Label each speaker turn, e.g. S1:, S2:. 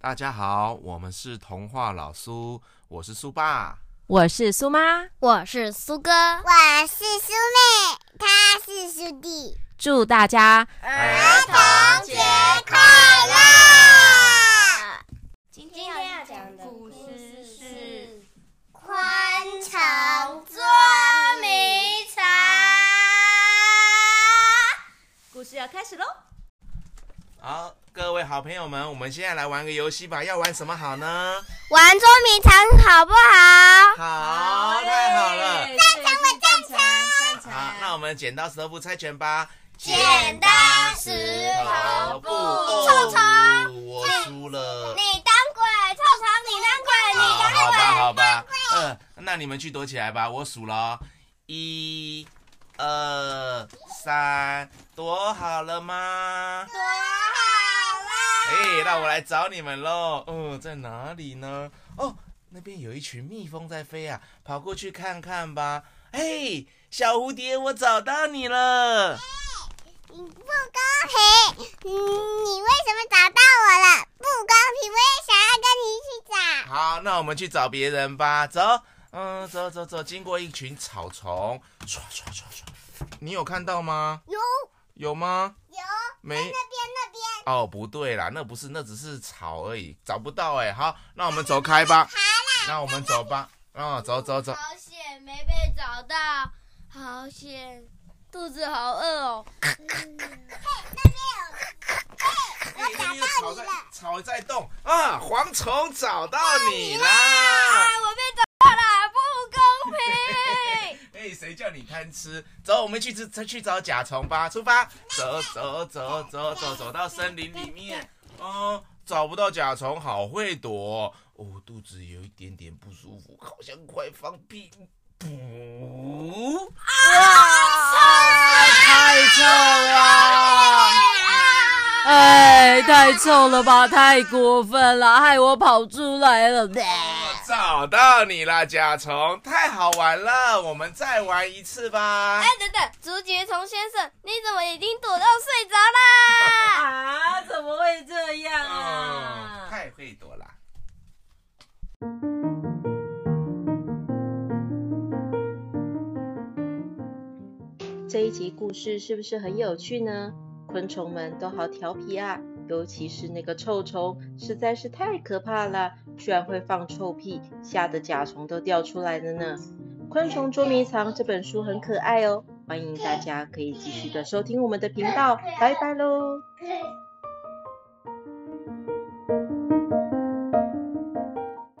S1: 大家好，我们是童话老苏，我是苏爸。
S2: 我是苏妈，
S3: 我是苏哥，
S4: 我是苏妹，他是苏弟。
S2: 祝大家
S4: 儿童节快乐！
S3: 今
S4: 今天要讲的故
S3: 故
S4: 事
S3: 事
S4: 是
S3: 是
S4: 宽肠做迷藏。
S3: 故事要开始喽。
S1: 好，各位好朋友们，我们现在来玩个游戏吧。要玩什么好呢？
S4: 玩捉迷藏好不好？
S1: 好，太好了。
S3: 赞成我赞成，赞成
S1: 好，那我们剪刀石头布猜拳吧。
S4: 剪刀石头布
S1: 臭
S4: 臭
S1: 虫，我输了。
S4: 你当鬼，臭虫！你当鬼，
S1: 好
S4: 你当
S1: 好
S4: 鬼！
S1: 吧，好吧，呃，那你们去躲起来吧，我数了哦，一、二、三，躲好了吗？
S4: 多好啦！
S1: 哎，那我来找你们喽。嗯，在哪里呢？哦，那边有一群蜜蜂在飞啊，跑过去看看吧。嘿，小蝴蝶，我找到你了。
S4: 你不公平！嗯你为什么找到我了？不公平！我也想要跟你一起
S1: 好，那我们去找别人吧。走，嗯，走走走，经过一群草丛，唰唰唰唰，你有看到吗？
S4: 找。有
S1: 有吗？
S4: 有，
S1: 没。
S4: 那边那边。
S1: 哦，不对啦，那不是，那只是草而已，找不到哎。好，那我们走开吧。那我们走吧。哦，走走走。
S3: 好险没被找到，好险，肚子好饿哦。
S1: 哎那边的草在草在动啊，蝗虫找到你啦！
S3: 哎，我被找到了，不公平！
S1: 哎，谁叫你贪吃？走，我们去吃去找甲虫吧，出发！走走走走走，走到森林里
S3: 哎
S1: 面，哦，找不到甲虫，好会躲哦。哦，肚子有一点点不舒服，好像快放屁。噗！哇，太臭
S4: 哎
S1: 了！
S3: 啊
S2: 哎，太臭了吧，太过分了，害我跑出来了。
S1: 我找到你啦，甲虫，太好玩了，我们再玩一次吧
S3: 哎。，等等，竹节虫先生，你怎么已经躲到睡着啦？
S2: 啊，怎么会这样啊
S1: 哦，？太会躲啦。
S5: 这一集故事是不是很有趣呢？昆虫们都好调皮啊，尤其是那个臭虫，实在是太可怕了，居然会放臭屁，吓得甲虫都掉出来了呢。《昆虫捉迷藏》这本书很可爱哦，欢迎大家可以继续的收听我们的频道，拜拜喽。
S4: 对。